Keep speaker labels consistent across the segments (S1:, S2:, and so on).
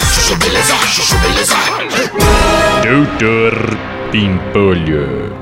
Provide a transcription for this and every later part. S1: Chuchu-beleza, chuchu-beleza.
S2: Doutor Pimpolho.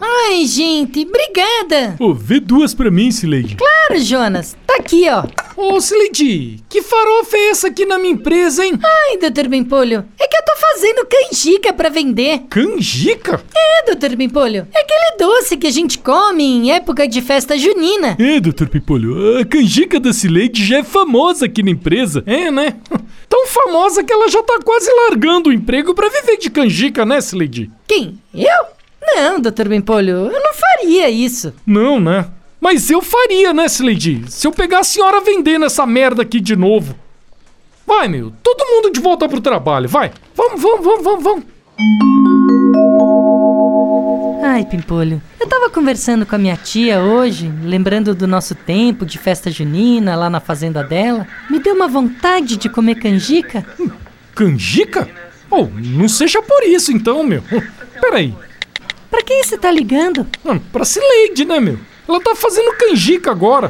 S3: Ai, gente, obrigada!
S4: Pô, vê duas pra mim, Sileide.
S3: Claro, Jonas, tá aqui, ó.
S5: Ô, Sileidi, que farofa é essa aqui na minha empresa, hein?
S3: Ai, doutor Bimpolho, é que eu tô fazendo canjica pra vender.
S5: Canjica?
S3: É, doutor Bimpolho, é aquele doce que a gente come em época de festa junina.
S4: É, doutor Pimpolho, a canjica da Sileide já é famosa aqui na empresa.
S5: É, né? Tão famosa que ela já tá quase largando o emprego pra viver de canjica, né, Sileidi?
S3: Quem? Eu? Não, doutor Bimpolho, eu não faria isso.
S5: Não, né? Mas eu faria, né, Sileidi? Se eu pegar a senhora vendendo essa merda aqui de novo. Vai, meu, todo mundo de volta pro trabalho, vai. Vamos, vamos, vamos, vamos, vamos.
S3: Ai, Pimpolho, eu tava conversando com a minha tia hoje, lembrando do nosso tempo de festa junina lá na fazenda dela. Me deu uma vontade de comer canjica.
S5: Canjica? Oh, não seja por isso então, meu. Peraí.
S3: Pra quem você tá ligando?
S5: Hum, pra Cileide, né, meu? Ela tá fazendo canjica agora.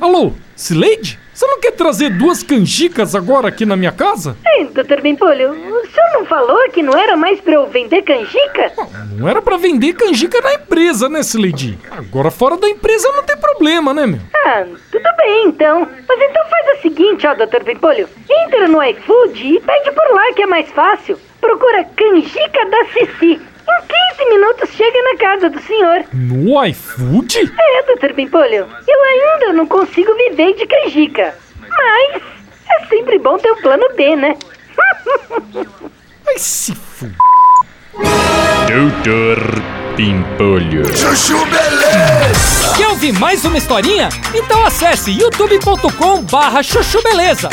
S5: Alô, Cileide? Você não quer trazer duas canjicas agora aqui na minha casa?
S6: Ei, doutor Bimpolho, o senhor não falou que não era mais pra eu vender canjica?
S5: Não era pra vender canjica na empresa, né, Cileide? Agora fora da empresa não tem problema, né, meu?
S6: Ah, tudo bem então. Mas então faz o seguinte, ó, doutor Bimpolho. Entra no iFood e pede por lá que é mais fácil. Procura canjica da Cici. Em 15 minutos chega na casa do senhor.
S5: No iFood?
S6: É, doutor Bimpolho, eu ainda não consigo viver de canjica. Mas é sempre bom ter um plano B, né?
S5: Ai, se f...
S2: Doutor Pimpolho.
S1: Chuchu-beleza.
S5: Quer ouvir mais uma historinha? Então acesse youtube.com barra chuchu beleza.